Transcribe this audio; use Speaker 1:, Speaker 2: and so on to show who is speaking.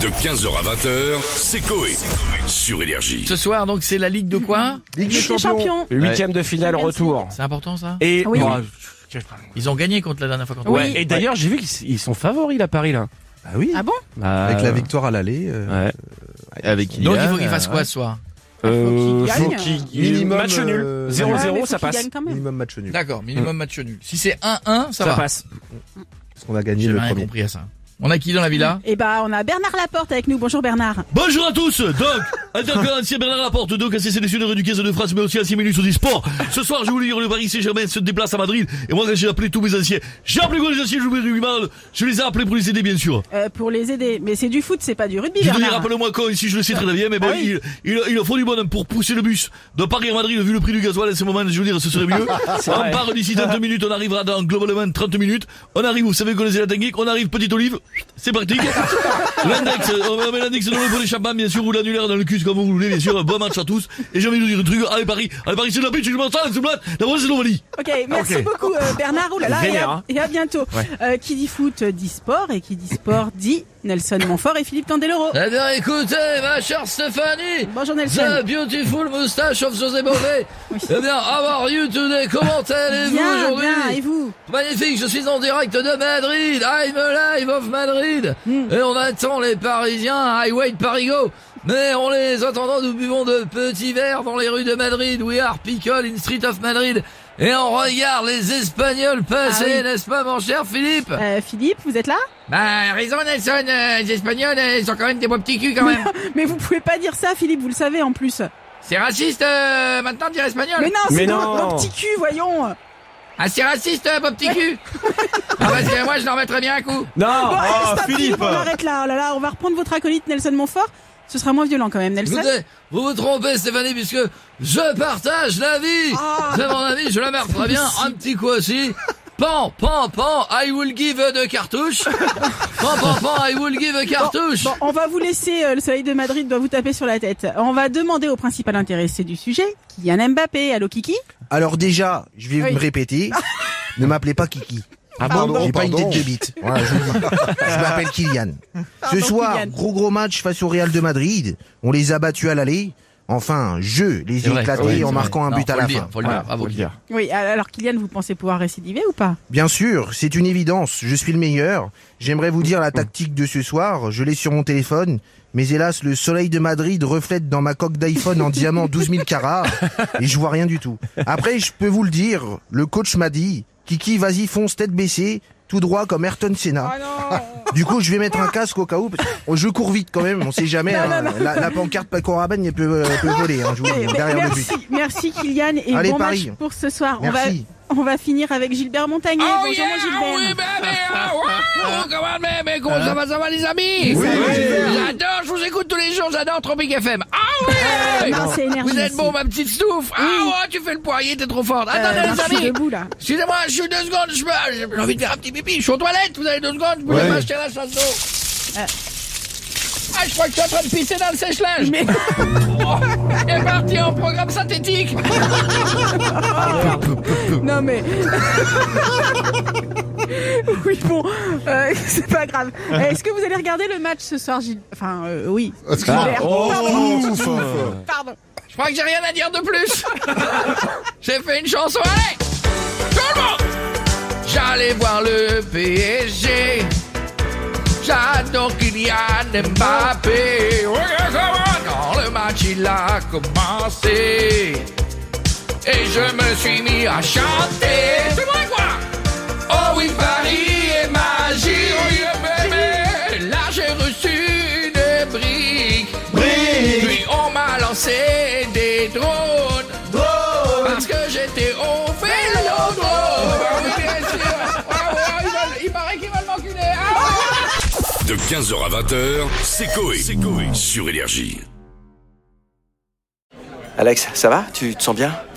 Speaker 1: De 15h à 20h, c'est Coé. Sur Énergie.
Speaker 2: Ce soir, donc, c'est la Ligue de quoi
Speaker 3: Ligue des Champions.
Speaker 4: Huitième de finale retour.
Speaker 2: C'est important, ça
Speaker 4: Et,
Speaker 3: Oui.
Speaker 4: Ouais.
Speaker 2: Ils ont gagné contre la dernière fois. Contre
Speaker 3: Oui.
Speaker 4: et d'ailleurs, j'ai vu qu'ils ils sont favoris là, Paris là.
Speaker 5: Bah oui.
Speaker 3: Ah bon
Speaker 4: Bah,
Speaker 5: Avec la victoire à l'aller. euh,
Speaker 4: Ouais.
Speaker 5: Avec
Speaker 2: Donc, il faut qu'ils fassent quoi ce soir
Speaker 3: Ah,
Speaker 4: Euh,
Speaker 3: gagne.
Speaker 4: faut qu'ils-
Speaker 5: Minimum,
Speaker 4: match nul.
Speaker 5: euh,
Speaker 4: 0-0,
Speaker 3: Ouais, mais
Speaker 4: ça
Speaker 3: faut qu'il
Speaker 4: passe.
Speaker 3: gagne quand même.
Speaker 5: Minimum match nul.
Speaker 2: D'accord, minimum match nul. Si c'est 1-1, ça,
Speaker 4: Ça,
Speaker 2: va.
Speaker 4: passe.
Speaker 5: Parce qu'on a gagné
Speaker 2: J'ai
Speaker 5: le
Speaker 2: rien
Speaker 5: premier.
Speaker 2: compris à ça. On a qui dans la villa
Speaker 3: Eh bah, on a Bernard Laporte avec nous. Bonjour Bernard.
Speaker 6: Bonjour à tous Donc, en tant qu'ancien Bernard Laporte, donc ancien sélectionneur du 15 de France, mais aussi ancien ministre du sport, ce soir je voulais dire le Paris Saint-Germain se déplace à Madrid, et moi quand j'ai appelé tous mes anciens, j'ai appelé quoi les anciens joueurs du mal, je les ai appelés pour les aider bien sûr.
Speaker 3: Euh, pour les aider. Mais c'est du foot, c'est pas du rugby,
Speaker 6: Je dis
Speaker 3: Bernard.
Speaker 6: rappelle-moi quand, ici je le sais très bien, mais bon,
Speaker 3: Ah oui.
Speaker 6: il, il, il faut du bonhomme pour pousser le bus de Paris à Madrid, vu le prix du gasoil à ce moment, je veux dire, ce serait mieux. on
Speaker 4: vrai.
Speaker 6: part d'ici 30 minutes, on arrivera dans globalement 30 minutes, on arrive, vous savez qu'on les a attaqués, on arrive, petite olive, c'est parti. L'index, euh, on met l'index dans le pot de champagne, bien sûr, ou l'annulaire dans le cul, comme vous voulez, bien sûr, bon match à tous, et j'ai envie de vous dire un truc, allez Paris, allez Paris, c'est de la pute, je m'en sors,
Speaker 2: Ah,
Speaker 6: c'est blague, d'abord c'est l'Ovalie.
Speaker 3: Ok, merci beaucoup euh, Bernard. Ouh là là, et,
Speaker 4: Vénère,
Speaker 3: à,
Speaker 4: hein.
Speaker 3: et à bientôt. Euh, qui dit foot euh, dit sport et qui dit sport dit Nelson Montfort et Philippe Tandeloro.
Speaker 2: Eh bien, écoutez, ma chère Stéphanie
Speaker 3: Bonjour Nelson.
Speaker 2: The beautiful moustache of José Bové
Speaker 3: Oui.
Speaker 2: Eh bien, how are you today Comment allez-vous
Speaker 3: Bien, bien. Et
Speaker 2: aujourd'hui
Speaker 3: vous
Speaker 2: Magnifique, je suis en direct de Madrid I'm alive of Madrid
Speaker 3: Hmm.
Speaker 2: Et on attend les Parisiens, I wait Parigo Mais en les attendant, nous buvons de petits verres dans les rues de Madrid We are people in street of Madrid et on regarde les Espagnols passer,
Speaker 3: Ah oui.
Speaker 2: n'est-ce pas mon cher Philippe
Speaker 3: Euh, Philippe, vous êtes là
Speaker 2: Bah, raison Nelson, euh, les Espagnols, euh, ils ont quand même des beaux petits culs quand même.
Speaker 3: Mais vous pouvez pas dire ça, Philippe. Vous le savez en plus.
Speaker 2: C'est raciste euh, maintenant de dire espagnol.
Speaker 3: Mais non, c'est
Speaker 4: Mais
Speaker 3: nos,
Speaker 4: non.
Speaker 3: nos petits culs, voyons.
Speaker 2: Ah, c'est raciste, euh, beau petit cul. ah, parce que moi, je leur mettrais bien un coup.
Speaker 4: Non.
Speaker 3: Bon, allez,
Speaker 4: Oh,
Speaker 3: stop,
Speaker 4: Philippe.
Speaker 3: on arrête là. Oh là là, on va reprendre votre acolyte Nelson Montfort. Ce sera moins violent quand même, Nelson.
Speaker 2: Écoutez, vous vous trompez, Stéphanie, puisque je partage l'avis.
Speaker 3: Ah.
Speaker 2: C'est mon avis, je la mettrais bien un petit coup aussi. Pan, pan, pan, I will give de cartouche. Pan, pan, pan, I will give a cartouche.
Speaker 3: Bon, on va vous laisser, euh, le soleil de Madrid doit vous taper sur la tête. On va demander au principal intéressé du sujet, Kylian Mbappé. Allô Kiki
Speaker 5: Alors déjà, je vais
Speaker 3: Oui.
Speaker 5: me répéter. ne m'appelez pas Kiki.
Speaker 4: Ah bon
Speaker 5: J'ai pas une tête de bite. Voilà, je vous le dis. je m'appelle Kylian. Ce
Speaker 3: Pardon,
Speaker 5: soir,
Speaker 3: Kylian.
Speaker 5: gros gros match face au Real de Madrid. On les a battus à l'aller. Enfin, je les
Speaker 2: C'est
Speaker 5: ai
Speaker 2: vrai,
Speaker 5: éclatés
Speaker 2: c'est vrai,
Speaker 5: en
Speaker 2: c'est
Speaker 5: marquant
Speaker 2: vrai.
Speaker 5: un
Speaker 2: Non,
Speaker 5: but à
Speaker 2: faut
Speaker 5: la
Speaker 2: le dire,
Speaker 5: fin.
Speaker 2: faut le dire, bravo,
Speaker 4: Faut le
Speaker 2: Kylian.
Speaker 4: dire.
Speaker 3: Oui, alors Kylian, vous pensez pouvoir récidiver ou pas
Speaker 5: Bien sûr, c'est une évidence, je suis le meilleur. J'aimerais vous dire la tactique de ce soir, je l'ai sur mon téléphone, mais hélas le soleil de Madrid reflète dans ma coque d'iPhone en diamant 12 000 carats et je vois rien du tout. Après, je peux vous le dire, le coach m'a dit, Kiki, vas-y, fonce tête baissée, tout droit comme Ayrton Senna.
Speaker 2: Ah
Speaker 3: Eh,
Speaker 5: Du coup, je vais mettre un casque au cas où. parce que- oh, Je cours vite quand même, on sait jamais. hein. La, la pancarte Paco Rabanne elle peut, elle peut voler, hein, je vous le dis,
Speaker 3: Eh ben,
Speaker 5: derrière le but.
Speaker 3: Merci, merci Kylian et
Speaker 5: Allez,
Speaker 3: bon
Speaker 5: Paris.
Speaker 3: match pour ce soir.
Speaker 5: Merci.
Speaker 3: On va, on va finir avec Gilbert Montagné.
Speaker 2: Oh
Speaker 3: Bonjour
Speaker 2: yeah,
Speaker 3: mon Gilbert.
Speaker 2: oui, bébé, oh, wow, comment, mais, mais comment ça va, ça va, les amis
Speaker 5: Oui, oui.
Speaker 2: J'adore, je vous écoute tous les jours, j'adore Tropic FM. Ah oui
Speaker 3: non, c'est énergie
Speaker 2: Vous êtes
Speaker 3: ici.
Speaker 2: bon, ma petite stouffe. Ah
Speaker 3: Euh, Oui.
Speaker 2: ouais, tu fais le poirier, t'es trop forte.
Speaker 3: Euh,
Speaker 2: Attendez,
Speaker 3: je
Speaker 2: les
Speaker 3: suis
Speaker 2: amis,
Speaker 3: debout là.
Speaker 2: excusez-moi, je suis deux secondes, je me- j'ai envie de faire un petit pipi, je suis aux toilettes, vous avez deux secondes, je peux
Speaker 5: Ouais.
Speaker 2: m'acheter la chasse d'eau. Ah, je crois que tu es en train de pisser dans le sèche-linge.
Speaker 3: Mais-
Speaker 2: Oh, t'es parti en programme synthétique.
Speaker 3: Non mais. oui bon, euh, c'est pas grave. Euh, Est-ce que vous allez regarder le match ce soir, Gilles Enfin euh, oui. Gilbert. Pardon. Pardon.
Speaker 2: Je crois que j'ai rien à dire de plus. j'ai fait une chanson. Allez, tout le monde. J'allais voir le PSG. J'adore Kylian Mbappé. Regarde comment Dans le match, il a commencé. Et je me suis mis à chanter. C'est vrai quoi Oh oui, Paris est magique. Oui, le bébé. Là, j'ai reçu des briques. Puis on m'a lancé des drones. Parce que j'étais au vélo. Ah oui, bien sûr. Ah ouais, ils veulent- Il paraît qu'ils veulent m'enculer. Ah ouais.
Speaker 6: De 15h à 20h, c'est Coé. Sur Énergie.
Speaker 7: Alex, ça va Tu te sens bien